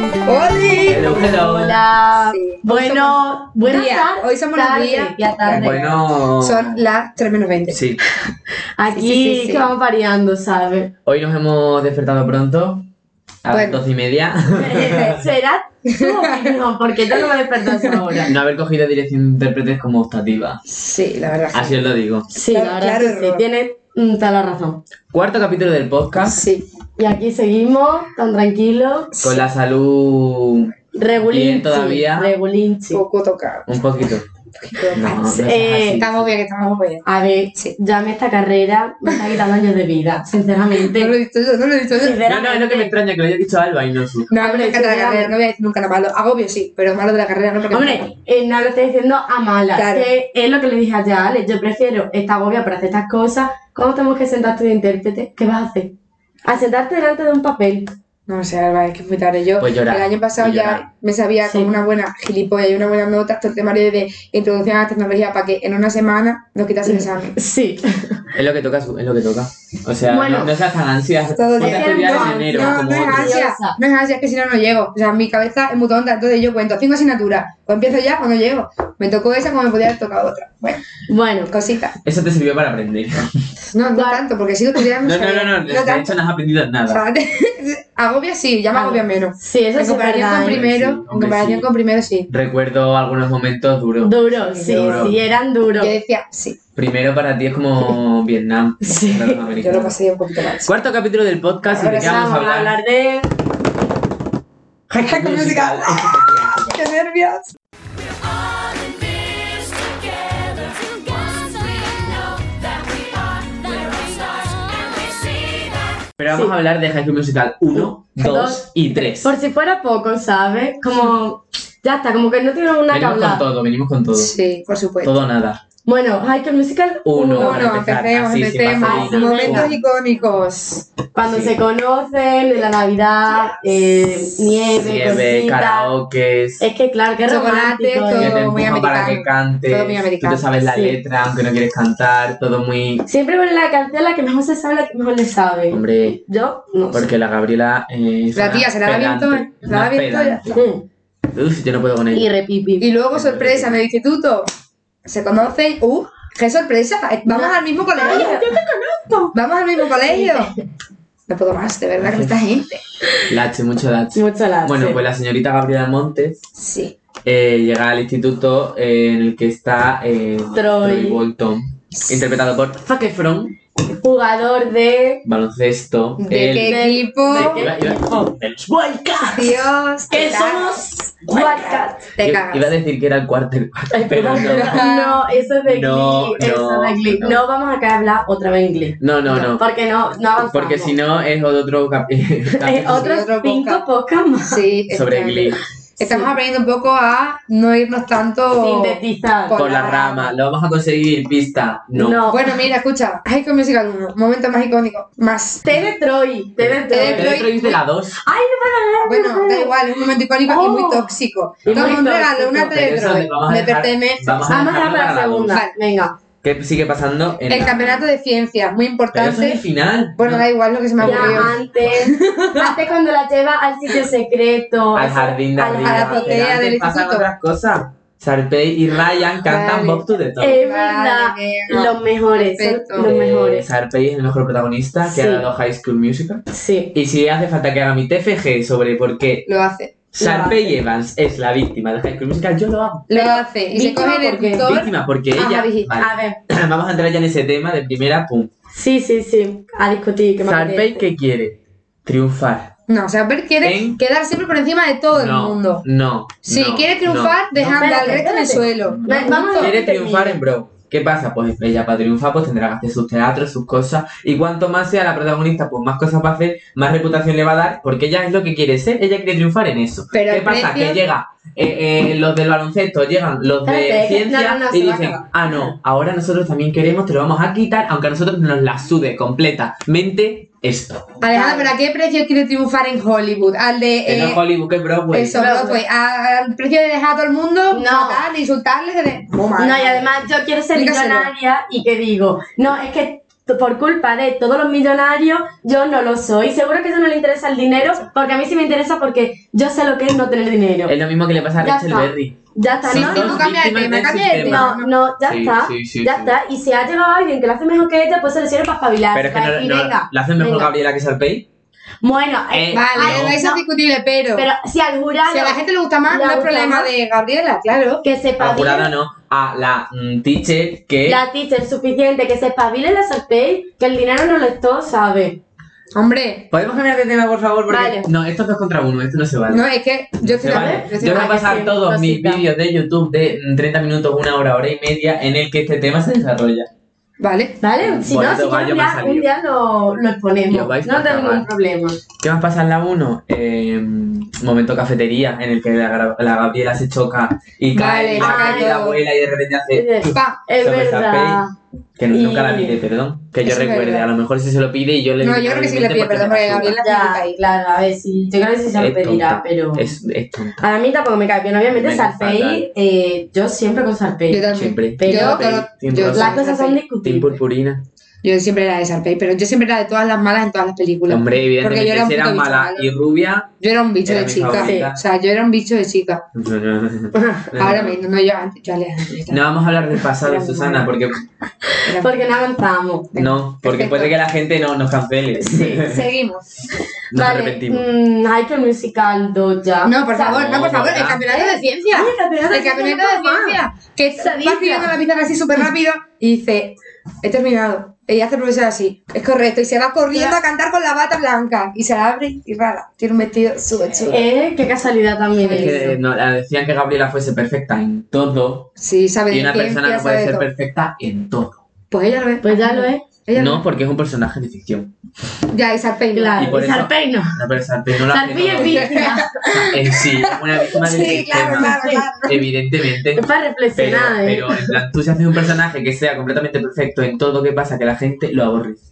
¡Oli! Hello, hello. Hola. Sí. Bueno, buenas Día. tardes. Hoy son buenos Tarde, días. Ya tarde. Bueno, Son las 3 menos 20. sí. Aquí Sí, sí, sí, sí. que vamos variando, ¿sabes? Hoy nos hemos despertado pronto, a las Bueno. doce y media. ¿Será tu opinión? Porque yo no me desperté a esa hora. No haber cogido dirección de intérpretes como optativa. Sí, la verdad. Así os lo digo. Sí, Claro, la verdad claro, es que sí, error. tienes mm, toda la razón. Cuarto capítulo del podcast Sí. Y aquí seguimos, tan tranquilos. con la salud Regulinchi. Bien, todavía. Regulinchi. Poco tocado. un poquito. No, no es Eh, así. Estamos bien, estamos bien. A ver, Sí. llame esta carrera, me está quitando años de vida, sinceramente. No lo he visto yo, no lo he visto yo. No, no, es lo que me extraña que lo haya dicho Alba y no su. No, no Hombre, me encanta la sí, carrera, hombre. no voy a decir nunca nada malo. Agobio sí, pero malo de la carrera no porque Hombre, eh, no lo estoy diciendo a malas. Claro. que es lo que le dije ayer a Ale. Yo prefiero esta agobia para hacer estas cosas. ¿Cómo tenemos que sentar tú de intérprete? ¿Qué vas a hacer? A sentarte delante de un papel. No sé, Alba, es que es muy tarde. Yo Pues el llorar, año pasado pues ya llorar. me sabía Sí. con una buena gilipollas y una buena nota hasta el temario de introducción a la tecnología para que en una semana nos quitas el examen. Sí. Es lo que toca, su- es lo que toca. O sea, Bueno. no, no seas tan ansias. Todo Ponte bien. a estudiar No, en enero, No, como no es otros. ansia, no es ansia, es que si no, no llego. O sea, mi cabeza es muy tonta, entonces yo cuento cinco asignaturas, o empiezo ya o no llego. Me tocó esa como me podía haber tocado otra. Bueno, Bueno, cosita. Eso te sirvió para aprender. No, no Vale. tanto, porque sigo estudiando. No, no, no, no, de tanto. hecho no has aprendido O nada. sea, agobia sí, ya me Vale. agobia menos. sí, eso En sí es comparación con verdad. ¿eh? prim- primero, Hombre, sí, en comparación hombre, con primero sí. Recuerdo algunos momentos duros. Duros, sí, Duro. sí, eran Yo duros. decía, sí, Primero para ti es como Vietnam. Sí. para los yo lo americanos. pasé un poquito mal. Cuarto capítulo del podcast y de qué vamos a Vamos a hablar. hablar de... High School Este Musical. ¡Qué nervios! all in this together. Once we know that we are, there are stars, and we see that. Pero vamos Sí. a hablar de High School Musical 1, 2 y 3. Por si fuera poco, ¿sabes? Como... Ya está, como que no tiene una que Venimos con hablar. todo, venimos con todo. Sí, pues. por supuesto. Todo o nada. Bueno, High School Musical Uno. uno. Para Bueno, empezar, empecemos, así, sin empecemos. vaselina. Momentos Venga. icónicos. Cuando Sí. se conocen, en la Navidad, eh, nieve, Nieve, cositas. karaoke, Es que claro, qué Chocolate, romántico. que ¿eh? todo. te muy empujan para que americano. Todo muy cantes. Tú americano, te sabes la sí. letra, aunque no quieres cantar. Todo muy. Siempre pone la canción la que mejor se sabe, la que mejor le sabe. Hombre, Yo no sé. porque la Gabriela. eh, es La una tía se la da pedante, viento, se la una da viento y ya pedante. Mm. Uf, yo no puedo con Y ella. repipi. Y luego, sorpresa, en el instituto se conocen. ¡Uh! ¡Qué sorpresa! Eh, ¡Vamos No. al mismo Ay, colegio! yo te conozco. ¡Vamos al mismo colegio! No puedo más, de verdad, con esta gente. Lache, mucho lache. Mucho la Bueno, sé. pues la señorita Gabriela Montes Sí, eh, llega al instituto eh, en el que está eh, Troy. Troy Bolton, interpretado por Zac Efron, Jugador de. baloncesto. ¿De el- qué del- equipo? del- Iba- iba- oh, de los Wildcats. Dios, ¿Qué te cagas, somos? Wildcats. Te Yo cagas. Iba a decir que era el quarterback, Ay, pero perdón. no. No, eso es de Glee. No, eso no, es de Glee. no. No. vamos a que hablar otra vez en Glee. No, no, no. Porque no, no avanzamos. Porque si no es otro cap- Eh, capítulo otros Otro cinco podcast. podcasts más. Sí, sobre estamos- Glee. Estamos Sí. aprendiendo un poco a no irnos tanto. Sintetizar. Por Por la la rama. ¿Lo vamos a conseguir pista? No. Bueno, mira, escucha. High School Musical 1, momento más icónico. Más. Te de Troy, te de Te de Pero Troy. Troy. otro dice la 2. Bueno, da igual, es un momento icónico y muy Oh. tóxico. Y muy Toma un regalo, tóxico, una pero eso teletroy. le vamos a Me dejar- pertenece. Vamos a Vamos a dejarlo para la para la dos. segunda. Vale. Venga. ¿Qué sigue pasando? En El la- campeonato de ciencias, muy Pero eso es el importante. final. Bueno, da igual lo que se me Ya Pero ocurrió. antes. antes cuando la lleva al sitio secreto. al jardín de al arriba. a la azotea Pero antes del pasan instituto. otras cosas. Sarpey y Ryan cantan Vale. Eh, Bob to the Top. Es verdad. Vale, venga. Los mejores. son Perfecto. Los Eh, mejores. Sarpey es el mejor protagonista que Sí. ha dado High School Musical. Sí. Y si hace falta que haga mi TFG sobre por qué Lo hace. Sarpey Evans es la víctima de High School Musical, yo lo hago. Lo hace. Y se Víctima coge el porque- tutor. Víctima, porque Ajá, ella. vigi- ah. Vale. A ver. Vamos a entrar ya en ese tema de primera, pum. Sí, sí, sí. A discutir. que me Sarpey, apetece. este. ¿qué quiere? Triunfar. No, o sea, Bert quiere En- quedar siempre por encima de todo el no, mundo. No. Si no, quiere triunfar, no, dejando al espérate, resto en el espérate. suelo. Va- Vamos a Quiere ver. triunfar en Bro. ¿Qué pasa? Pues ella para triunfar pues tendrá que hacer sus teatros, sus cosas. Y cuanto más sea la protagonista, pues más cosas va a hacer, más reputación le va a dar, porque ella es lo que quiere ser, ella quiere triunfar en eso. Pero ¿Qué el pasa? precio- Que llega eh, eh, los del baloncesto, llegan los Espérate, de es que- ciencia no, no, no, y se va a dicen, acabar. ah, no, ahora nosotros también queremos, te lo vamos a quitar, aunque a nosotros nos la sude completamente esto. Alejandra, ¿pero Vale. a qué precio quiere triunfar en Hollywood? Al de. Que no eh, es Hollywood, que es Broadway. eso, Broadway. Broadway. A- Al precio de dejar a todo el mundo, No. matar, insultarles. De... No, y además yo quiero ser Explícaselo. millonaria y que digo, no, es que t- por culpa de todos los millonarios, yo no lo soy. Seguro que eso no le interesa el dinero, porque a mí sí me interesa porque yo sé lo que es no tener dinero. Es lo mismo que le pasa a Ya Rachel está. Berry. Ya está, Son no, sí, dos no, cambia de víctimas tema, del cambia de sistema. tema. no, no, ya Sí, está. sí, sí, ya sí. está. Y si ha llegado alguien que lo hace mejor que ella, pues se le sirve para espabilar. Pero es que para no, decir, no- venga, la hacen mejor venga. Gabriela que Sarpey. Bueno, Eh, Vale, no. eso es discutible, pero, pero si al jurado Ah, si a la gente le gusta más, no le es gusta problema más. de Gabriela, claro. que se A la jurada espabile, no, a la mm, teacher que... la teacher suficiente, que se espabile la sorpey, que el dinero no lo es todo, ¿sabes? Hombre, ¿Podemos cambiar de tema, por favor? Porque... Vale. No, esto es dos contra uno, esto no se vale. no, es que yo estoy Se de vale. acuerdo, yo estoy de Yo voy a vale, acuerdo. pasar sí, todos mis cosita. vídeos de YouTube de mm, 30 minutos, una hora, hora y media, en el que este tema se desarrolla. Vale. ¿Vale? Si Mm, Bueno, no, si vaya, no, un me ha día, salido. un día lo, lo Lo exponemos. vais a No tengo acabar. ningún problema. ¿Qué más pasa en la 1? momento cafetería, en el que la, Gra- la Gabriela se choca y cae Vale, y la, vale. Gabriela vuela y de repente hace... Es Pa. Eh, Sobre verdad. Que no- Y- nunca la pide, perdón. Que yo Eso es recuerde, verdad. a lo mejor si se lo pide y yo le No, digo yo creo que sí le realmente pide, perdón, me la porque suda. Gabriela Ya, claro, a ver, sí. Yo creo que sí se lo Es pedirá, tonta. pero. Es, es tonta, A mí tampoco me cae bien. Obviamente, Me cae fatal. Sarpey, eh, yo siempre con Yo Sarpey. también. siempre. Pero- yo, Sarpey, todo- Team yo- Rosa. Las cosas son Team discutibles. Purpurina. Yo siempre era de Sarpey, pero yo siempre era de todas las malas en todas las películas. Hombre, Porque yo evidentemente era si un era puto bicho mala malo. y rubia... Yo era un bicho Era de mi chica. favorita. O sea, yo era un bicho de chica. Ahora mismo, no, yo antes, yo Alejandra. y tal. No vamos a hablar del pasado, Era Susana, porque Era- Porque no avanzamos. no, porque Perfecto. puede que la gente no nos cancele. Sí. Seguimos. Nos vale, arrepentimos. mm, High School Musical 2 ya. No, por favor, no, por no, favor, el no. campeonato de ciencia. Ay, el campeonato El campeonato de ciencia. Que Sadista. va tirando la pizarra así súper rápido y dice, he terminado. Y hace el profesor así, es correcto. Y se va corriendo a cantar con la bata blanca. Y se la abre y rara. Tiene un vestido súper chulo. Eh, qué casualidad también Es que, eh, es. no, la- decían que Gabriela fuese perfecta en todo Sí, sabe y de una ciencia, persona sabe no puede de ser todo. perfecta en todo. Pues ella lo es. Pues ya lo es. Ella lo No, porque es un personaje de ficción. es. Ya, y Sarpey no. Y por Claro. Y eso- Sarpey no. No, pero Sarpey no la Sarpey es víctima. En sí, una víctima del Sí, claro, sistema, claro, claro. evidentemente. Es para Pero, reflexionar, eh. pero en plan, tú si haces un personaje que sea completamente perfecto en todo lo que pasa, que la gente lo aborrece.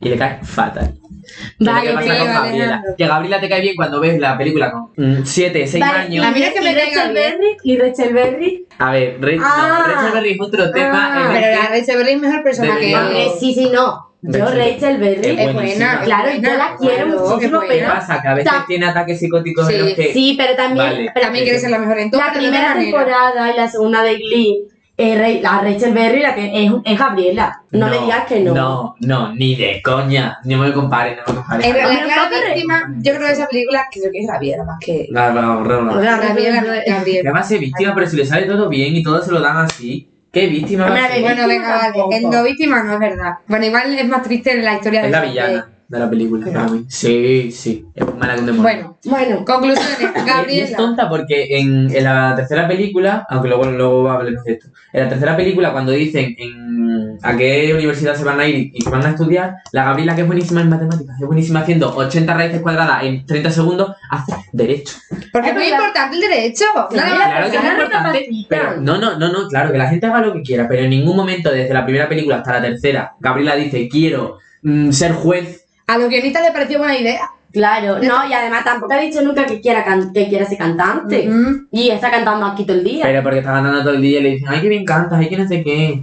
Y le cae fatal. Que es lo Vale, que pasa sí, con vale, Gabriela. Alejandro. Que Gabriela te cae bien cuando ves la película Mm. con 7, 6 Vale, años. A mí es que y me caiga Rachel bien. Berry y Rachel Berry. A ver, Re- Ah. no, Rachel Berry es otro Ah. tema. en el Pero que- la Rachel Berry es mejor persona que Debería- ella. Hombre, sí, sí, no. Yo Rachel Rachel Berry. Berry. Es buena. Buenísima. es Claro, yo buena. la quiero Claro, muchísimo, qué ¿Qué buena. pero- pasa? Que a veces Ta- tiene ataques psicóticos Sí, en los que. Sí, pero también. Vale. pero También quiere ser la mejor en todo. la pero de primera otra manera. temporada y la segunda de Glee, eh, Ra- la Rachel Berry la que es, es Gabriela. No, me digas que no. No, no, ni de coña. No me compares, no me compares. En realidad, Pero la Gabriela- víctima, yo creo que esa película creo que es Gabriela más que. No, no, no, no. Hombre, la Gabriela, Rachel Berry- Que Gabriela. además es víctima, pero si le sale todo bien y todo se lo dan así. Qué víctima. va a Hombre, ser. Bueno, venga, tampoco. vale. El no víctima no es verdad. Bueno, igual es más triste la historia de Es la Sarpey. villana de la película para mí. Sí, sí. Es más mala que un demonio. Bueno, Bueno, conclusiones. Y- Y es Gabriela. tonta porque en, en la tercera película, aunque luego, luego hablemos de esto, en la tercera película cuando dicen en- a qué universidad se van a ir y se van a estudiar, la Gabriela que es buenísima en matemáticas, es buenísima haciendo 80 raíces cuadradas en 30 segundos, hace derecho. Porque es Es muy verdad. importante el derecho. Nada más. claro que es personas importante, recapacitan. Pero no, no, no, no, claro, que la gente haga lo que quiera, pero en ningún momento, desde la primera película hasta la tercera, Gabriela dice, quiero mm, ser juez. A los guionistas les pareció buena idea. Claro, no, y además tampoco ha dicho nunca que quiera, can- que quiera ser cantante. Mm. Y está cantando aquí todo el día. Pero porque está cantando todo el día y le dicen, ay, que bien cantas, ay, que no sé qué.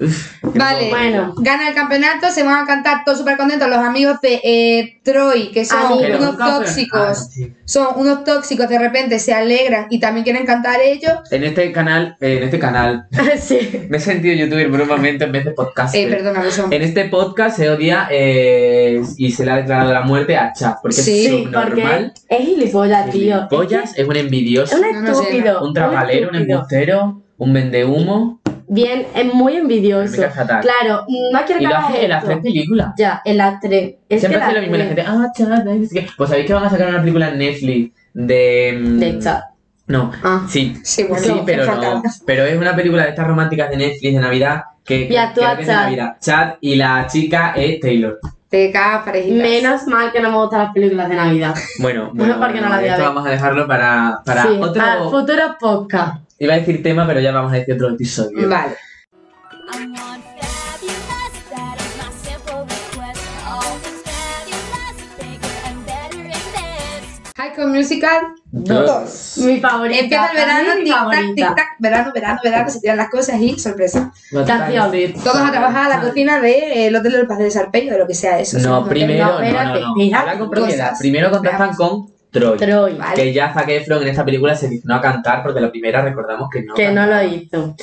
Uf, qué Vale. Bueno. Gana el campeonato, se van a cantar todos súper contentos los amigos de eh, Troy, que son Amigos. Pero unos nunca fueron- Ah, tóxicos. sí. Son unos tóxicos, de repente se alegran y también quieren cantar ellos. En este canal, eh, en este canal, sí. me he sentido youtuber por un momento en vez de podcast. Eh, perdona, lo son. En este podcast se odia eh, y se le ha declarado la muerte a Chap, porque Sí, es Sí, porque subnormal. es gilipollas, tío. Gilipollas, es un Es envidioso, un No, no sé, estúpido. un trabalero, un estúpido. embustero, un vendehumo. Bien, es muy Me envidioso. cae fatal. Pues Claro, no quiero Y que lo hagas hace en las esto. tres películas. Ya, en las tres. Es Siempre que hace lo las mismo y la tres. gente, ah, Chap, ay, no sé qué. Pues sabéis que van a sacar una película en Netflix de. mm, De chat. No, Ah. sí, Sí, bueno, Sí, pero fatal. no. Pero es una película de estas románticas de Netflix de Navidad que, Y actúa creo que es de Chad. Navidad. Chad y la chica es Taylor. Te cagas parejitas. Menos mal que no me gustan las películas de Navidad. Bueno, Bueno, bueno, porque no la voy a esto ver. vamos a dejarlo para, para sí, Ah, otro. al futuro podcast. Iba a decir tema, pero ya vamos a decir otro episodio. Vale. I want fabulous, that is my simple request. All things fabulous, bigger and better and best. High School Musical Dos. 2. Mi favorita. Empieza el para mí, verano, mi tic-tac, favorita. tic-tac, verano, verano, verano, se tiran las cosas y sorpresa. Canción. Todos a trabajar a la Vale. cocina de eh, el hotel del Paseo de Sarpeño, de lo que sea eso. No, hotel. primero, Ah. no, no, no, espérate, no. mira, Habla con propiedad. cosas. Primero contactan con Troy. Troy. Vale. Que ya Zac Efron en esta película se dignó a cantar porque la primera recordamos que no. Que no cantaba. lo hizo.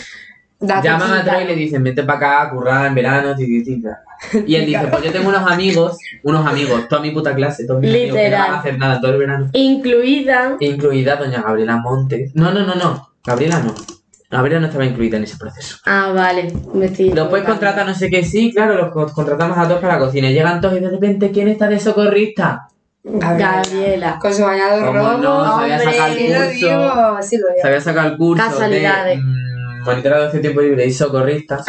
Datos. Llaman a Troy y le dicen, vente para acá, currar en verano, ti, ti, ti, ta". Y él dice, pues yo tengo unos amigos, unos amigos, toda mi puta clase, todos mis amigos que no Literal. van a hacer nada todo el verano. Incluida. Incluida doña Gabriela Montes. No, no, no, no. Gabriela no. Gabriela no estaba incluida en ese proceso. Ah, vale. Me Después estoy equivocando. contrata no sé qué, sí, claro, los co- contratamos a todos para la cocina. Llegan todos y de repente, ¿quién está de socorrista? Gabriela. Con su bañador ¿Cómo rojo. no? Se había hombre, sacado el sí lo curso. digo, sí lo Se digo. había sacado el curso Casualidades. de mm, monitorado de tiempo libre y socorrista.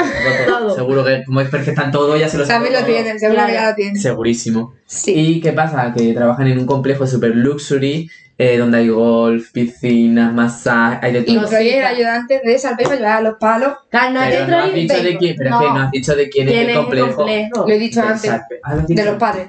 Todo. Seguro que como es perfecta en todo, ya se lo También lo sabe todo. tienen, seguro que ya lo tienen. Segurísimo. Sí. ¿Y qué pasa? Que trabajan en un complejo super luxury, eh, donde hay golf, piscinas, masajes, hay de Y todo. Cosita. Troy era ayudante de Sarpeño para llevar los palos. Ah, no, Pero de no has Troy. dicho de quién, pero es que no has dicho de quién es ¿Quién el es el complejo. complejo? Lo he dicho del antes. Sarpe. Ah, ¿lo has De dicho? los padres.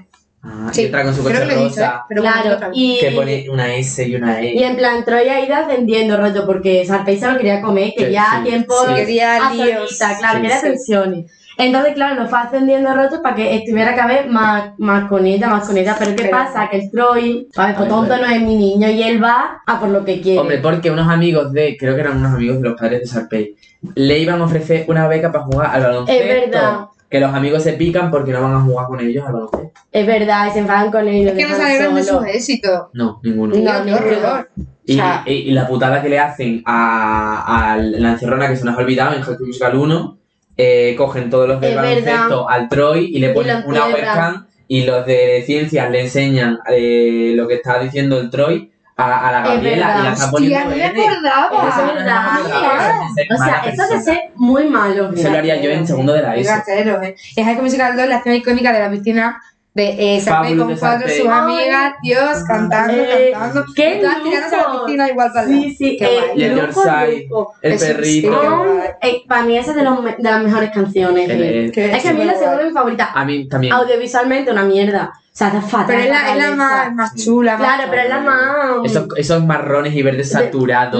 Ah, y Sí, otra con su creo coche que lo he dicho, ¿eh? rosa, Pero bueno, otra Claro, vez. y, que pone una S y una E. y en plan Troy ha ido ascendiendo rollo porque Sarpey se lo quería comer, Que quería sí, tiempo sí. Quería a líos. solita, claro, Sí, quería sí. tensiones. Entonces, claro, lo fue ascendiendo rollo para que estuviera cada vez más, más con ella, más con ella. Pero ¿qué Pero- pasa? Que el Troy, a ver, pues Ay, tonto bueno. no es mi niño y él va a por lo que quiere. Hombre, porque unos amigos de, creo que eran unos amigos de los padres de Sarpey, le iban a ofrecer una beca para jugar al baloncesto. Es verdad. Que los amigos se pican porque no van a jugar con ellos al baloncesto. es verdad, y se enfadan con él y lo Es que no dejan se alegran de solo. sus éxitos. No, ninguno. No, Dios, qué ninguno. horror. Y, O sea- y- y la putada que le hacen a, a la encerrona que se nos ha olvidado en Hot Musical 1, eh, cogen todos los de Es baloncesto al Troy y le Y ponen lo una entierran. webcam y los de ciencias le enseñan eh, lo que está diciendo el Troy a, a la Es Gabriela y la verdad. está Hostia, poniendo no me N. Eso acordaba. es verdad. Eso O sea, eso de ser muy malo. Eso lo haría yo en segundo de la Muy ESO. rateros, ¿eh? Y es que Musical 2, la acción icónica de la piscina de eh, Sarpey Pablo con de cuatro Sarpey. sus amigas, Dios, cantando, Eh, cantando. qué Y todas tirándose a la lujo. piscina igual para Sí, sí, Qué eh, guay. Y el lujo, Yorkshire. lujo. El Eso sí, perrito. qué guay. eh, para mí esa es de, los me- de las mejores canciones. el- eh. el- Qué Es que a mí la guay. segunda es mi favorita. a mí también. Audiovisualmente una mierda. O sea, está fatal. Pero es la, es la cabeza. más, más chula. más- Claro, pero es la más... Esos, esos marrones y verdes De- saturados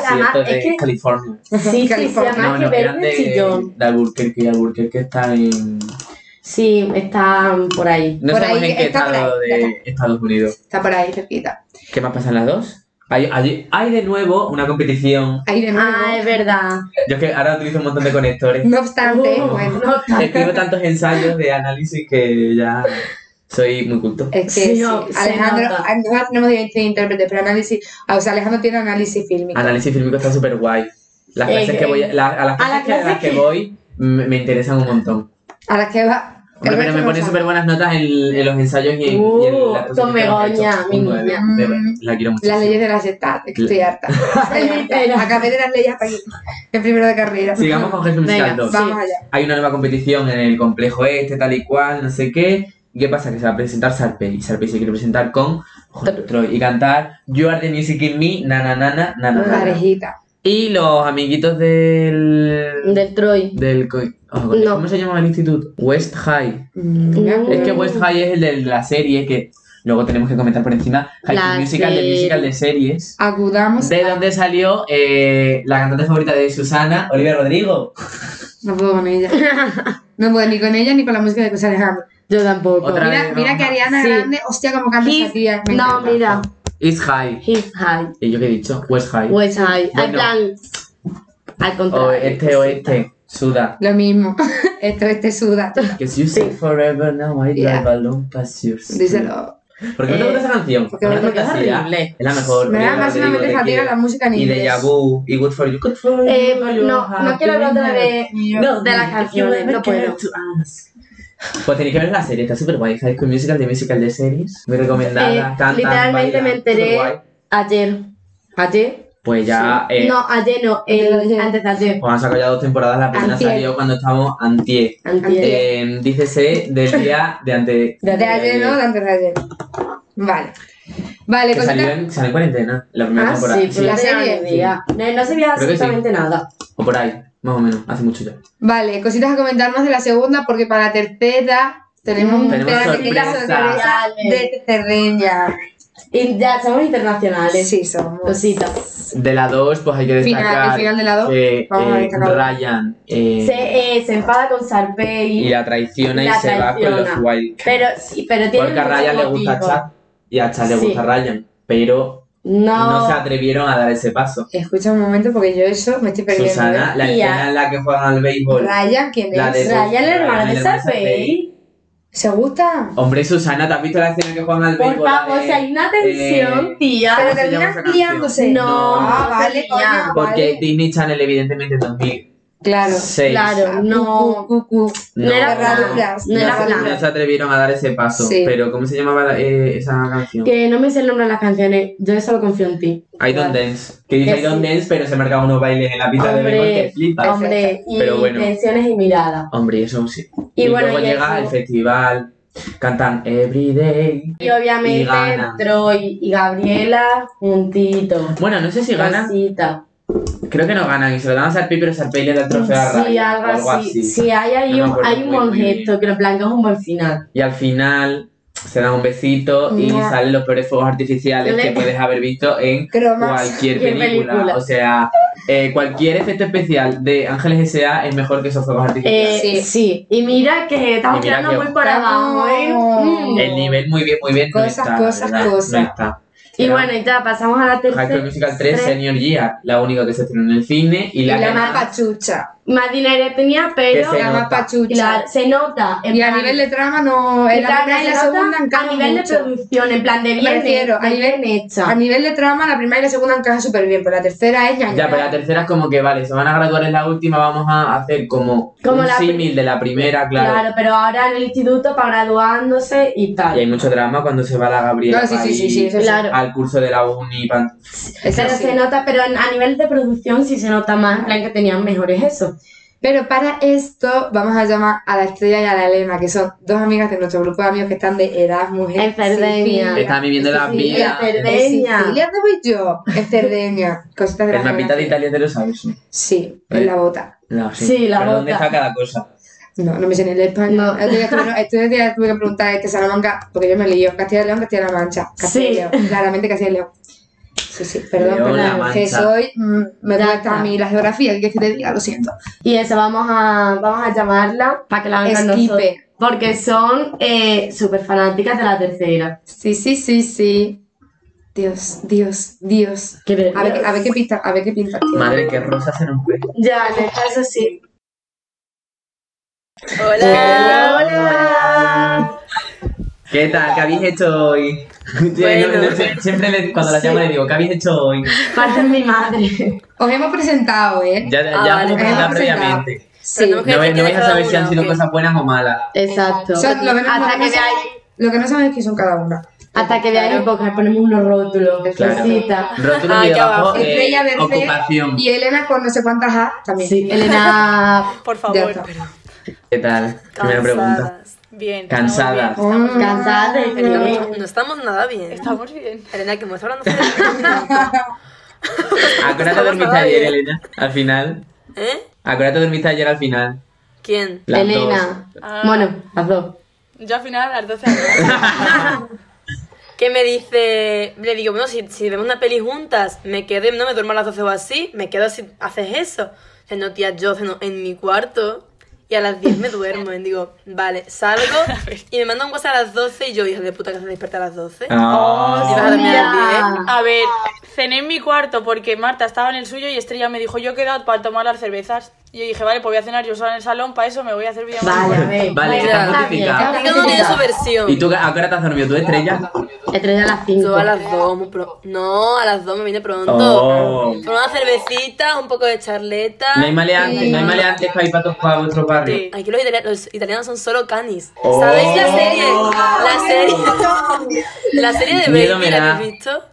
del desierto además, de es que- California. Sí, sí, sí, California. además que eran verde chillón. de Albuquerque y Albuquerque está en... Sí, está por ahí. No Por sabemos ahí, en qué está por estado ahí, de Estados Unidos. Está por ahí, cerquita. ¿Qué más pasan las dos? Hay, hay, hay de nuevo una competición. Ahí de nuevo. Ah, es verdad. Yo es que ahora utilizo un montón de conectores. no obstante, Uh, bueno. no, Escribo tantos ensayos de análisis que ya soy muy culto. Es que Sí, sí, no, se Alejandro, nota. ah, nosotros tenemos diferentes intérpretes, pero análisis, ah, o sea, Alejandro tiene análisis fílmico. Análisis fílmico está súper guay. Las Eh, clases que voy a, la- a las a la clases que, a las clase que que- voy me, me interesan un montón. A las que va. el Hombre, pero resto me no pone sabe. súper buenas notas en, en los ensayos y en, y en las Uh, cosas con que hemos hecho. Begoña, mi Un nueve, niña. Bebe, Mm, La quiero mucho. Las leyes de la secta, es que estoy harta. Estoy harta. Acabé de las leyes hasta aquí, en primero de carrera. Sigamos con Jesús Venga, Musical 2. va. Vamos Sí. allá. Hay una nueva competición en el complejo este, tal y cual, no sé qué. ¿Y ¿Qué pasa? Que se va a presentar Sarpey. Y Sarpey se quiere presentar con Troy y cantar You are the music in me, na na na na na na, na. Parejita. Y los amiguitos del... Del Troy. del co- oh, coño, No. ¿Cómo se llama el instituto? West High. Mm, Es que West High es el de la serie que luego tenemos que comentar por encima. High School La Musical, del serie. musical de series. Acudamos. De donde salió eh, la cantante favorita de Susana, Olivia Rodrigo. No puedo con ella. No puedo ni con ella ni con la música de José Alejandro. Yo tampoco. Otra Mira, vez, mira ¿no? que Ariana Sí. Grande, hostia, como canta Hit. esa tía. me No, encanta. mira. It's High. His High. ¿Y yo qué he dicho? West High. West High. Bueno. En plan... Al contrario. O este o este. Suda. Lo mismo. Esto este suda. Because you say forever now I Yeah. drive along past your street. Díselo. ¿Por qué no te Eh, gusta esa canción? porque Ahora me que parece sí, ya. horrible. Es la mejor. Me da Olivia más una Rodrigo, mente te fatiga quiero. la música en Y inglés. de Vu y Good For You. Good For You. Eh, no, no quiero hablar otra vez No, de las canciones, no puedo. Pues tenéis que ver la serie, está súper guay. High School Musical de Musical de series. Muy recomendada. Eh, cantan, literalmente bailan, me enteré. superguay. Ayer. Ayer. Pues ya. Sí. eh, No, ayer no. el- Antes de ayer. antes de ayer. Pues han sacado ya dos temporadas. La primera Antier. salió cuando estábamos antier. Antier. Eh, dícese del día de ante. eh, De ayer, ¿no? De antes de ayer. Vale. Vale, Que salió cosita. en, salió en cuarentena, la primera Ah, temporada. sí, sí. pero La no tenía serie. ni idea. No, no se veía Creo que sí. absolutamente nada. O por ahí, más o menos, hace mucho ya. Vale, cositas a comentarnos de la segunda, porque para la tercera tenemos, Mm. Tenemos la pequeña sorpresa. sorpresa de Cerdeña. Y ya somos internacionales. Sí, somos. Cosita. De la 2, pues hay que Final- destacar el final de la dos, que vamos a eh, destacarlo. Ryan eh, Se, eh, se enfada con Sarpey. y la traiciona y la se va con los traiciona. Wild. Pero, sí, pero tiene Porque a mucho Ryan le gusta a motivo. Chad y a Chad le Sí. gusta Ryan, pero No. no. se atrevieron a dar ese paso. Escucha un momento porque yo eso me estoy perdiendo. ¿eh? Susana, la Y a- escena en la que juegan al béisbol. Ryan, ¿quién La es? de- Ryan, el Ryan, hermano de ¿eh? el hermano de Sarpey. ¿Se gusta? Hombre, Susana, ¿te has visto la escena que juegan al Por béisbol? favor, Eh, si hay una tensión, eh, tía. Pero se llama esa terminan canción? liándose. No, Ah, no vale, se coño, lían. Porque vale. Disney Channel, evidentemente, en 2006. Claro. Claro, no. Cu, cu, cu, cu. No era Cerraduras. No era se- plan. no se atrevieron a dar ese paso. Sí. Pero, ¿cómo se llamaba la- eh, esa canción? Que no me sé el nombre de las canciones. Yo solo confío en ti. I Don't Dance. Que dice Que I Don't sí. Dance, pero se marcaba unos bailes en la pista de Hombre. béisbol que flipa. Perfecto. Hombre, y Pero bueno. tensiones y miradas. Hombre, eso sí. Y, bueno, luego y llega eso. el festival, cantan Every Day. Y obviamente Y gana. Troy y Gabriela juntitos. Bueno, no sé Pues si ganan. Cosita. Creo que no ganan. Y se lo dan a Sarpey, pero Sarpey le da el trofeo a Sí, Ryan, algo o algo así. así. Sí, hay ahí No me un, acuerdo hay un muy buen bien. gesto, que en plan que es un buen final. Y al final se dan un besito y Mua. salen los peores fuegos artificiales que puedes haber visto en Cromas. cualquier Cualquier película. película. O sea, eh, cualquier efecto especial de Ángeles S.A. es mejor que esos fuegos artificiales. Eh, Sí. sí. Y mira que estamos Y mira tirando que- muy por abajo, ¿eh? Estamos- Mm. El nivel muy bien, muy bien. Cosas, no está, la cosas, verdad, cosas. No está. Y Era bueno, y ya pasamos a la High School tercera. Musical 3, tres. Senior Year, la única que se estrenó en el cine y Y la, la que más más- pachucha. Más dinero tenía, pero Que La más nota. pachucha. la- se nota. en Y a plan- nivel de trama no. en En la plan, primera y se la nota segunda A encajan nivel de mucho. producción, en plan de bien, refiero, de a nivel- bien hecha. A nivel de trama, la primera y la segunda encajan súper bien, pero la tercera es ñaña. Ya, pero la tercera es como que, vale, se van a graduar en la última, vamos a hacer como, Como un la pri- símil de la primera, Claro. claro. pero ahora en el instituto para graduándose y Y tal. hay mucho drama cuando se va la Gabriela No, sí, sí, País sí, sí, eso sí. Claro. al curso de la uni. pan- Eso Pero sí. se nota, pero en- a nivel de producción sí se nota más, en plan que tenían mejores eso. Pero para esto vamos a llamar a la Estrella y a la Elena, que son dos amigas de nuestro grupo de amigos que están de Erasmus en En Cerdeña. Sicilia. Están viviendo Sí, la sí, vida. en Cerdeña. En Sicilia no voy yo, en Cerdeña. Cositas de la El mapita de geografía. Italia te lo sabes. ¿no? Sí, en la bota. No, sí. Sí, la Pero ¿dónde bota. está cada cosa? No, no me sé ni el español. No. Estos días tuve- estos días tuve que preguntar este Salamanca, porque yo me lío. Castilla y León, Castilla-La Mancha. Castilla y Sí. León, claramente Castilla y León. Sí, sí, perdón, León, perdón. la perdón, Que mancha. soy, mm, me Ya cuesta a está. mí la geografía, ¿qué quieres que te diga? Lo siento. Y eso vamos a, vamos a llamarla para que la vengan nosotros. Esquipe. Porque son eh, súper fanáticas de la tercera. Sí, sí, sí, sí. Dios, Dios, Dios. A ver, a ver qué pinta, a ver qué pinta. tío. Madre, que rosa se nos ve. Ya, en el caso sí. Hola, ¿Qué tal? ¿Qué habéis hecho hoy? Sí, no, Bueno. no, sie- siempre le- cuando la Sí. llamo le digo, ¿qué habéis hecho hoy? Parte de mi madre. Os hemos presentado, ¿eh? Ya, Ah, ya vale, hemos comentado vale. previamente. Sí. tenemos que- No, vais- decir no vais a cada saber si uno, han sido ¿o qué? cosas buenas o malas. Exacto. O sea, lo, que no- Hasta lo que que no veáis, sabéis- lo que no sabéis es que son cada una. hasta que veáis el podcast, ponemos unos rótulos. Claro. Cosita. Rótulo Ah, de qué abajo, abajo. eh, Estrella verde. ocupación. Y Elena con no sé cuántas A también. Sí, Elena. Por Ya favor, está. pero ¿Qué tal? Primera pregunta. cansadas. Bien. Cansadas. Mm. Cansada de Pero no, mí. no estamos nada bien. Estamos bien. Elena, que hemos hablando fuera. ¿A qué hora te Estamos dormiste nada ayer, bien. Elena? Al final. ¿Eh? ¿A qué hora te dormiste ayer al final? ¿Quién? Las dos. Elena. Ah. Bueno, las dos. Yo al final a las 12 años. Que me dice, le digo, bueno, si, si vemos una peli juntas, me quedo, no me duermo a las 12 o así, me quedo si haces eso. Dice, no, tía, yo ceno en mi cuarto y a las 10 me duermo. Y digo, vale, salgo y me manda un WhatsApp a las 12 y yo, hija de puta, que se despierta a las 12. Ah. Oh, Sí, vas a dormir a las 10. Mira. A ver, cené en mi cuarto porque Marta estaba en el suyo y Estrella me dijo, yo he quedado para tomar las cervezas. Y yo dije, vale, pues voy a cenar yo sola en el salón, para eso me voy a hacer videollamada. Vale, a ver. Vale, Bueno, está está bien, justificado. está Cada uno tiene su justificado. versión. ¿Y tú a qué hora te has dormido? ¿Tú, estrella? Estrella a las 5. Yo a las 2, muy pro- No, a las 2 me vine pronto. Oh. Con una cervecita, un poco de charleta. No hay maleantes, no hay maleantes para ir para, tu- para vuestro barrio. Sí. Aquí los, italia- los italianos son solo canis. Oh. ¿Sabéis la serie? Oh. La serie. la serie de Miedo Baby, me da. ¿la habéis visto?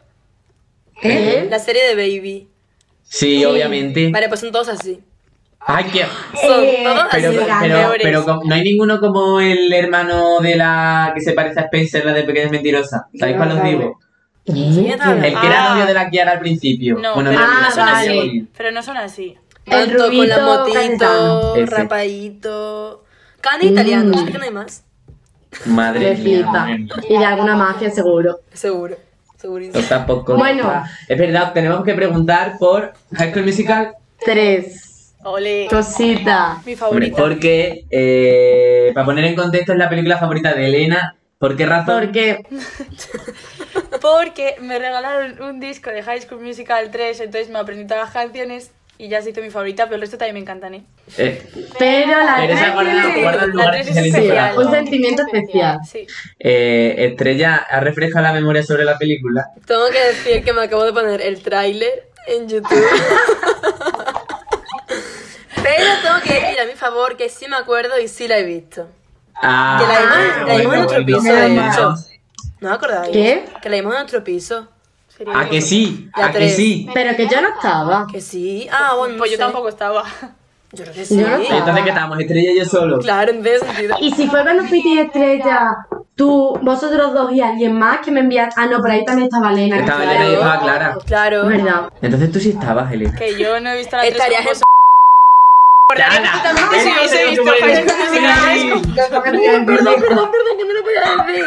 ¿Eh? La serie de Baby. Sí, obviamente. Vale, pues son todos así. Ay, qué... Son Eh, todos así, Pero, Sí, los ganó. pero, peores. pero como- no hay ninguno como el hermano de la que se parece a Spencer, la de Pequeñas Mentirosas. ¿Sabéis cuál os digo? ¿Quién está hablando? El que era Ah. novio de la Kiara al principio. No, bueno, pero, no, no Ah, son vale. así, pero no son así. El Tonto, con la rubito motito, canizano. Ese. rapadito. Cani italiano, es que no hay más. Madre Me mía, flipa. madre mía. Y de alguna mafia, seguro. Seguro. Segurísimo. Torta popcorn. Bueno. Es verdad, tenemos que preguntar por High School Musical. Tres. Ole. Cosita. Mi Hombre, favorita. porque, eh, para poner en contexto, es la película favorita de Elena. ¿Por qué razón? Porque Porque me regalaron un disco de High School Musical 3, entonces me aprendí todas las canciones y ya se hizo mi favorita, pero el resto también me encantan, ¿eh? Eh, Pero la Pero esa tres Pues guarda- tiene guarda un lugar La tres especial en tu sí, corazón. un sentimiento especial. Sí. eh, Estrella, ¿ha refrescado la memoria sobre la película? Tengo que decir que me acabo de poner el tráiler en YouTube. Pero tengo que decir a mi favor que sí me acuerdo y sí la he visto. Ah, Que la vimos- la vimos en otro piso, Menos de mal. hecho. ¿No os acordáis? ¿Qué? Que la vimos en otro piso. sería ¿A Ah, que eso. sí? La ¿A que tres. sí? Pero que yo no estaba. Que sí. Ah, bueno, no Pues yo sé. tampoco estaba. Yo creo que sí. Yo no ¿Y Entonces, ¿qué estábamos? Estrella y yo solo. Claro, en ese sentido. Y si fue cuando fuiste estrella, tú, vosotros dos y alguien más que me enviaste. Ah, no, pero ahí también estaba Elena. que Estaba fue la Elena y de- estaba Clara. Claro. ¿Verdad? Entonces tú sí estabas, Elena. Que yo no he visto la 3 Estarías en... Realmente si hubiese visto High School Musical 3 Perdón, perdón, perdón, que no lo podía decir.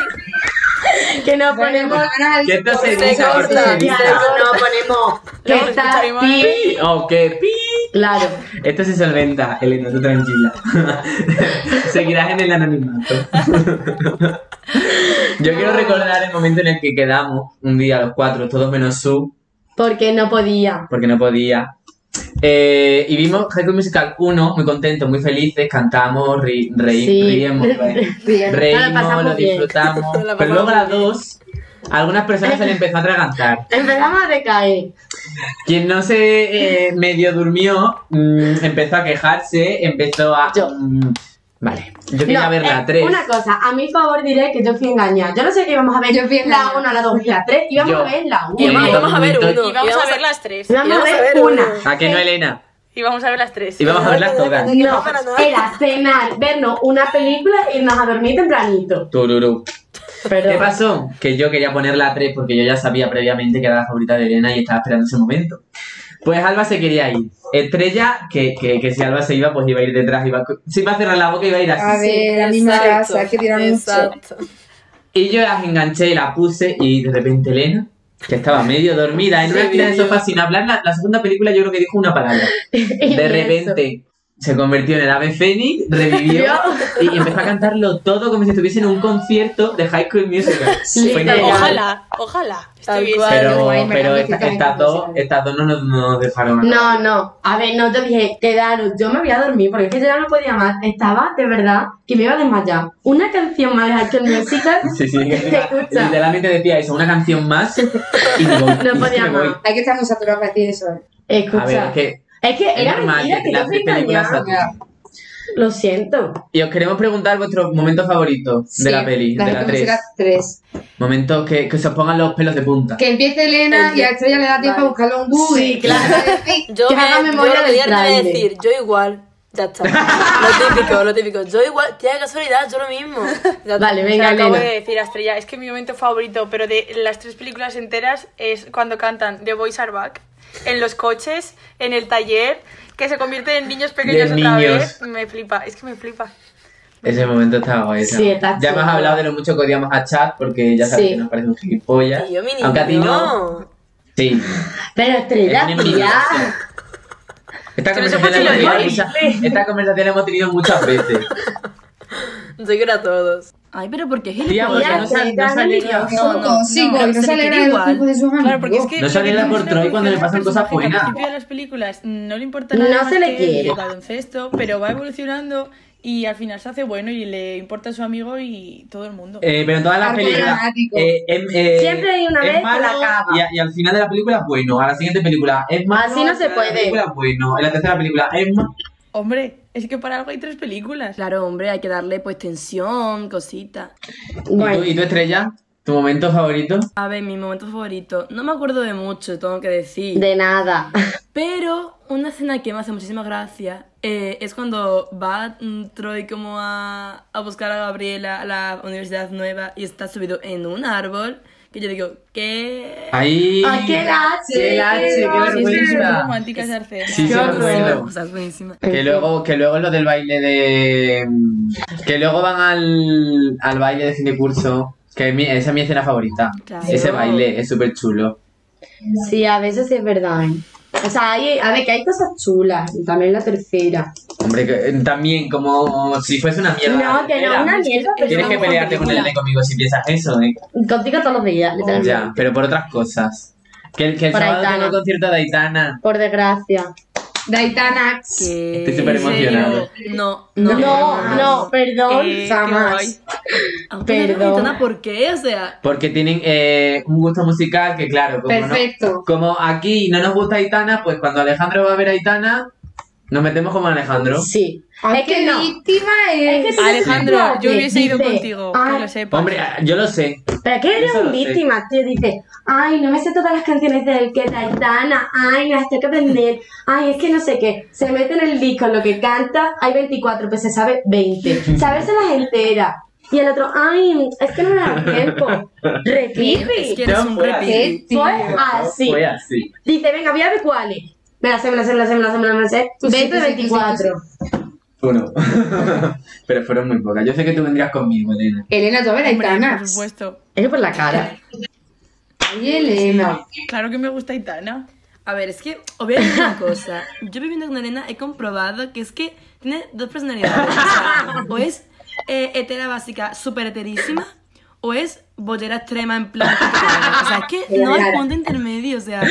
Que nos ponemos. ¿Qué te hace se Elena? ¿Por qué corta, te se Ya, Elena? no, ponemos. Lo ¿Qué escucha mi tal? madre. ti? Oh, qué pi. Claro. Esto este se solventa, Elena, tú tranquila. Seguirás en el anonimato. Yo quiero recordar el momento en el que quedamos un día los cuatro, todos menos su, Porque no podía. porque no podía. Eh, y vimos High School Musical 1, muy contentos, muy felices, cantamos, ri- reí- Sí. reímos, re- reímos, pasamos lo bien. disfrutamos. Nos la Pero luego a las pasamos bien. dos, a algunas personas se le empezó a atragantar. Empezamos a decaer. Quien no se eh, medio durmió mm, empezó a quejarse, empezó a. Yo. Mm, vale, yo quería No, verla, eh, tres. Una cosa, a mi favor diré que yo fui engañada. Yo no sé qué íbamos a ver. Yo fui la engañada. 1, la 2 y la 3. Íbamos Yo. a ver la 1. Y vamos, Eh, vamos a ver y uno. y vamos a ver las 3. Íbamos a ver uno. una. ¿A que no, Elena? Y vamos a ver las 3. Y vamos a verlas todas. No, era cenar, vernos una película e irnos a dormir tempranito. Tururú. ¿Qué Pero pasó? Que yo quería poner la 3 porque yo ya sabía previamente que era la favorita de Elena y estaba esperando ese momento. Pues Alba se quería ir. Estrella, que, que, que si Alba se iba, pues iba a ir detrás. Iba, se iba a cerrar la boca y iba a ir así. A ver, la misma casa, hay que tirar mucho. Exacto. Y yo las enganché y las puse y de repente Elena, que estaba medio dormida en una esquina del sofá sin hablar, la, la segunda película yo creo que dijo una palabra. Y De eso. repente se convirtió en el ave fénix, revivió y empezó a cantarlo todo como si estuviese en un concierto de High School Musical. Fue literal. increíble. Ojalá, ojalá. Tal estuviese. cual. Pero, Ay, me pero encanta esta- que estas canten dos, musicales. estas dos no nos, no nos dejaron. No, no. A ver, no, yo dije, quedaros, yo me voy a dormir porque es que yo ya no podía más. Estaba, de verdad, que me iba a desmayar. Una canción más de High School Musical. Sí, sí, que Se escucha. literalmente decía eso, una canción más y me voy. No y podía me voy. más. Hay que estar muy saturado para decir eso. ¿eh? Escucha. A ver, es que Es que Es era normal mentira que que yo las fui películas engañada. saturen. Lo siento. Y os queremos preguntar vuestros momentos favoritos de la peli, de la 3. 3. Momentos que, que se os pongan los pelos de punta. Que empiece Elena El y de- a Estrella le da tiempo Vale. a buscarlo un Google. Sí, claro. Yo Que me, haga yo memoria lo que del ya te voy a tráiler. decir, yo igual. Ya está. Lo típico, lo típico. Yo igual, tía, qué casualidad, yo lo mismo. Ya está. Vale, O sea, venga, acabo Elena. de decir a Estrella, es que mi momento favorito, pero de las tres películas enteras, es cuando cantan The Boys Are Back, en los coches, en el taller, que se convierten en niños pequeños De otra niños. vez. Me flipa, es que me flipa. Ese momento estaba guay. Sí, está Ya hemos chulo. hablado de lo mucho que odiamos a Chad porque ya sabes Sí. que nos parece un gilipollas. Y yo, mi niño. Aunque a ti no. Sí. Pero estrella, Es un envidioso. tía. Esta Pero eso conversación, la fue hemos si lo tenido dices. muchas- esta conversación la hemos tenido muchas veces. Yo quiero a todos. Ay, pero porque es Tía, porque no se no se alegra. No, no, no, consigo pero y no se se le alegra queda de los igual. hijos de sus amigos. Claro, porque es que. No lo se que alegra tiene por una Troy cuando le evolución pasan al cosas personaje, que buenas. Al principio de las películas no le importa No nada. se más le que quiere. el baloncesto, pero va evolucionando y al final se hace bueno y le importa a su amigo y todo el mundo. Eh, pero en todas las Arco películas. dramático. eh, em- eh, Siempre hay una es vez que la malo acaba. Y, a- y al final de la película es bueno. A la siguiente película es malo. Así no al final se de puede. La película es bueno. En la tercera película es malo. Hombre, es que para algo hay tres películas. Claro, hombre, hay que darle pues tensión, cositas. ¿Y, tú, Bueno, y tú, estrella? ¿Tu momento favorito? A ver, mi momento favorito. No me acuerdo de mucho, tengo que decir. de nada. Pero una escena que me hace muchísima gracia eh, es cuando va mm, Troy como a, a buscar a Gabriela a la universidad nueva y está subido en un árbol. Que yo digo, ¿qué? Ahí. ¡Ah, qué lache! qué lache, qué lache. Sí, es que son vergüenza. románticas de Arcena. Sí, sí, Qué me horror. acuerdo. O sea, es buenísima. Que luego, que luego lo mm, del baile de. Que luego van al, al baile de fin de curso Que es mi- esa es mi escena favorita. Claro. Ese baile es súper chulo. Sí, a veces es verdad. ¿eh? O sea, hay, a ver, que hay cosas chulas. y También la tercera. Hombre, que, eh, también como si fuese una mierda. No, la que no, primera. una mierda, pero Tienes que no, pelearte con el elenco conmigo si piensas eso, ¿eh? Contigo todos los días, literalmente. Ya, pero por otras cosas. Que el, que el Por sábado Aitana. tengo concierto de Aitana. Por desgracia. Daitana. Que- Estoy súper ¿en serio? emocionado. No, No, no. no, perdón. Eh, Jamás. Pero, Perdón. Aitana, ¿por qué? O sea, Porque tienen eh, un gusto musical que, claro, como, no- Perfecto. como aquí no nos gusta Aitana, pues cuando Alejandro va a ver a Aitana, nos metemos como Alejandro. Sí. Ay, Es que qué no. víctima Es es. que tú eres Alejandro, yo culpable, hubiese ido dice, contigo, "Ay, que lo sepas. Hombre, ah, yo lo sé. Pero es que eres Eso un lo sé. víctima, tío. Dices, ay, no me sé todas las canciones del que Taitana, ay, me las tengo que aprender, ay, es que no sé qué. Se mete en el disco en lo que canta, hay 24, pues se sabe 20. Saberse las enteras. Y el otro, ay, es que no me da tiempo. es que Repipi. eres No un puedas. creepy. Sí. Fue así. Fue así. Dice, venga, voy a ver cuáles. Me las sé, me las sé, me las sé, me las sé, me las sé. Tú sí, 20 de tú sí, tú sí, tú 24. Uno. pero fueron muy pocas. Yo sé que tú vendrías conmigo, Elena. Elena, tú a ver Hombre, Aitana. por supuesto. Es por la cara. Ay, Elena. Claro que me gusta Aitana. A ver, es que os voy a decir una cosa. Yo viviendo con Elena he comprobado que es que tiene dos personalidades. O, sea, o es eh, hetera básica, súper heterísima, o es bollera extrema en plan. coquetona. O sea, es que no hay punto intermedio. O sea,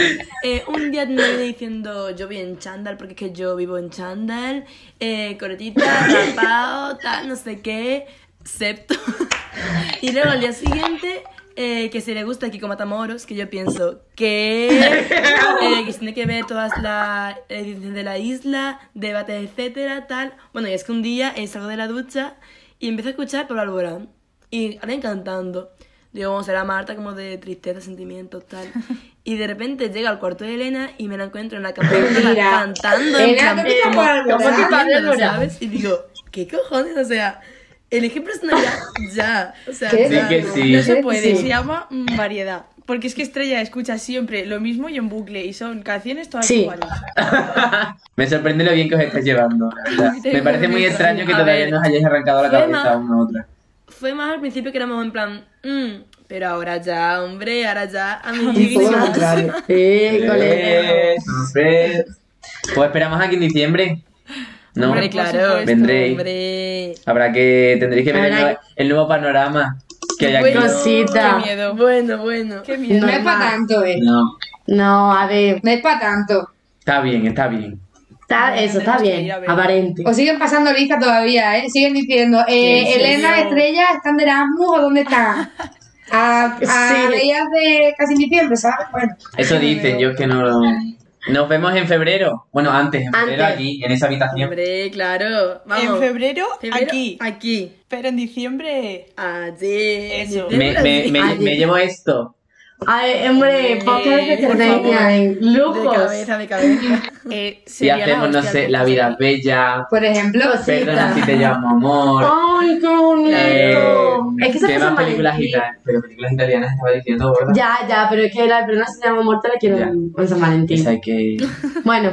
eh, un día me viene diciendo yo voy en chándal porque es que yo vivo en chándal, eh, coretita, tapao, tal, no sé qué, septo. Y luego al día siguiente, eh, que si le gusta Kiko Matamoros, que yo pienso que, eh, que se tiene que ver todas las ediciones de la isla, debates, etcétera, tal. Bueno, y es que un día eh, salgo de la ducha y empiezo a escuchar Pablo Alborán y alguien cantando. Digo, vamos será Marta como de tristeza, sentimientos, tal. Y de repente llega al cuarto de Elena y me la encuentro en la cama Mentira. cantando en Elena, plan, ¿qué te como- llamas, como Alborán? sintiéndolo, ¿sabes? Y digo, ¿qué cojones? O sea, elige personalidad ya. O sea, ¿Qué? Sí ya. que sí. No se puede, Sí. se llama mm, variedad. Porque es que Estrella escucha siempre lo mismo y en bucle, y son canciones todas Sí. iguales. Me sorprende lo bien que os estáis llevando, la verdad. Te Me parece muy prometo. extraño que A todavía ver, nos hayáis arrancado la fue cabeza más- una a otra. Fue más al principio que éramos en plan, mm, pero ahora ya, hombre, ahora ya, Todo lo amiguísimas. contrario. Sí, Eh, entonces, Pues esperamos aquí en diciembre. No, Hombre, claro, Vendré. hombre. Habrá que, tendréis que ver el Habrá nuevo, el nuevo panorama que hay aquí. Bueno, Cosita. Qué miedo. Bueno, bueno. Qué miedo. No es para tanto, eh. No, No, a ver. No es para tanto. está bien, está bien. Está, eso está Tenemos que bien, ir a ver. aparente. O siguen pasando lista todavía, ¿eh? Siguen diciendo, eh, Sí, sí, Elena, sí. Estrella, ¿están de Erasmus o dónde están? A, a Sí. mediados de casi diciembre, ¿sabes? Bueno, Eso dicen, yo es que no lo- Nos vemos en febrero. Bueno, antes, en febrero Antes. aquí, en esa habitación. Hombre, claro. Vamos. En febrero, Febrero, aquí. Aquí. Pero en diciembre. Ayer. Eso. Me, me- me- me llevo esto. Ay, hombre, podcast de por Cerdeña, favor. eh. De lujos. cabeza, de cabeza. eh, Y sería la hacemos, no hostia, sé, el la vida es podcast bella. por ejemplo, Perdona si te llamo Oh, amor. Ay, qué Eh, bonito. es que se que pasa van películas Valentín. italianas, pero películas italianas estaba diciendo, gorda. Ya, ya, pero es que la persona se llama muerta la quiero Ya. en en San Valentín. O sea, que, Bueno,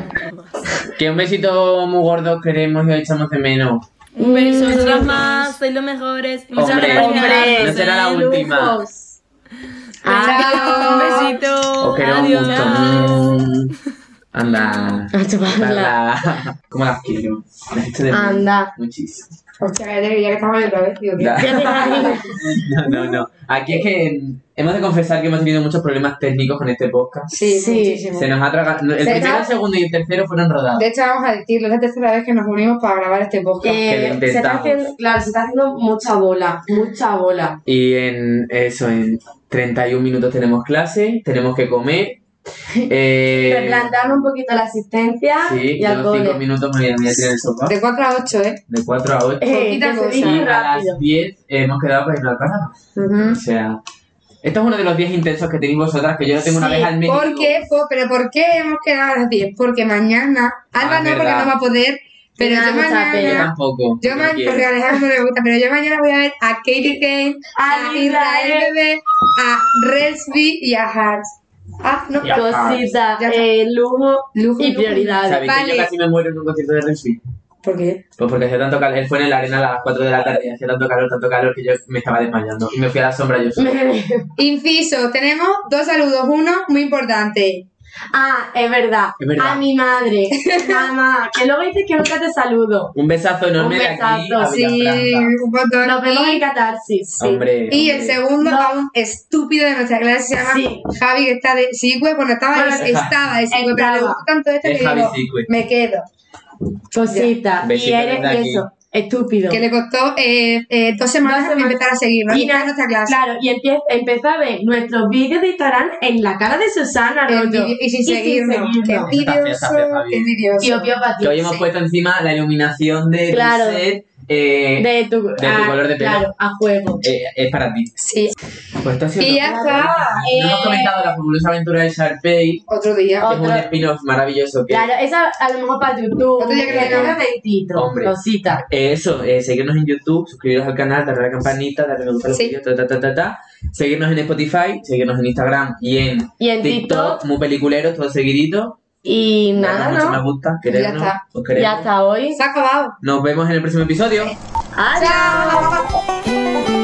que un besito muy gordo queremos y os echamos de menos. aquí. Un beso. Nosotros chicos. más, sois los mejores. Y Muchas Hombre, gracias. no será la eh, última. lujos. Ay, Chao. Un besito. Os queremos Adiós. mucho. Anda. a chuparla. Anda. ¿Cómo las quiero? Las echo de menos. Anda. Muchísimo. hostia, ya que estamos en el revés, tío, que- Ya. Ya te imaginas. No, no, no. Aquí es que hemos de confesar que hemos tenido muchos problemas técnicos con este podcast. Sí, Sí. muchísimo. Se nos ha tragado. El Se primero, está- el segundo y el tercero fueron rodados. De hecho, vamos a decirlo, es la tercera vez que nos unimos para grabar este podcast. Que lo Eh, se está intentamos. haciendo, claro, se está haciendo mucha bola, mucha bola. Y en eso, en 31 minutos tenemos clase, tenemos que comer. Eh, Replantar un poquito la asistencia Sí, y al yo cinco cole. minutos me voy a me voy a tirar el sofá. De 4 a 8, ¿eh? De 4 a 8. Eh, Poquita que se cosa. Y dice a muy las rápido. 10 hemos quedado pues, para irnos al programa. O sea, esto es uno de los días intensos que tenéis vosotras, que yo lo tengo una Sí, vez al mes. ¿Por qué? Po- ¿Pero por qué hemos quedado a las 10? Porque mañana, Alba Ah, no, porque verdad. no va a poder, pero Me da yo Yo mucha pena. mañana... tampoco. Yo no mañana, quiero. porque a Alejandro no le gusta, pero yo mañana voy a ver a Katie Kane, a A Israel Israel. Bebé, a Resby y a Hart. Ah, no, Ya. Cosita, Ya. eh, lujo Lujo, y lujo. prioridades. ¿Sabéis que Vale. yo casi me muero en un concierto de Renfi? ¿Por qué? Pues porque hacía tanto calor, él fue en la arena a las 4 de la tarde y hacía tanto calor, tanto calor que yo me estaba desmayando. Y me fui a la sombra yo solo. Inciso, tenemos dos saludos. Uno muy importante. Ah, es verdad. Es verdad. A mi madre. Mamá. Que luego dices que nunca te saludo. Un besazo enorme Un de besazo, aquí. a Sí, Villafranca. un montón. Nos vemos en catarsis. Sí. Hombre, y el hombre. segundo, No. a un estúpido de nuestra clase, se llama Sí. Javi, que está de Sigüe. Bueno, estaba, Bueno, de- estaba de Sigüe, pero le estaba. gustó tanto esto Es que Javi digo, Sigüe. me quedo. Cosita. Y Besito eres desde aquí. eso. Estúpido. Que le costó eh, eh, dos Dos semanas para semanas. empezar a seguirnos. Y Y está en nada, nuestra clase. Claro, y empie- empezó a ver nuestros vídeos de Instagram en la cara de Susana, El rollo. vídeo- y sin seguirnos. Qué seguirnos. Está envidioso, feo, está feo, qué Javi. Y envidioso. obvio para ti. Que hoy hemos puesto encima la iluminación de Claro. tu set. eh, De tu, ah, tu color de pelo. Claro, a juego. eh, es para ti. Sí, Pues esto ha sido Y todo. ya está, No hemos eh. comentado la fabulosa aventura de Sharpay, otro día. que es un Otra. spin-off maravilloso. Que, Claro, esa a lo mejor para YouTube. Otro día que que venga. un eventito, Hombre. cosita. Eh, eso, eh, seguirnos en YouTube, suscribiros al canal, darle a la campanita, darle me gusta a los Sí. vídeos, ta, ta, ta, ta, ta. Seguirnos en Spotify, seguirnos en Instagram y en, Y en TikTok. muy peliculeros, todo seguidito. Y nada, Darnos mucho me ¿no? gusta, querernos, está. os Y queremos. hasta hoy. Se ha acabado. Nos vemos en el próximo episodio. Adiós. Chao.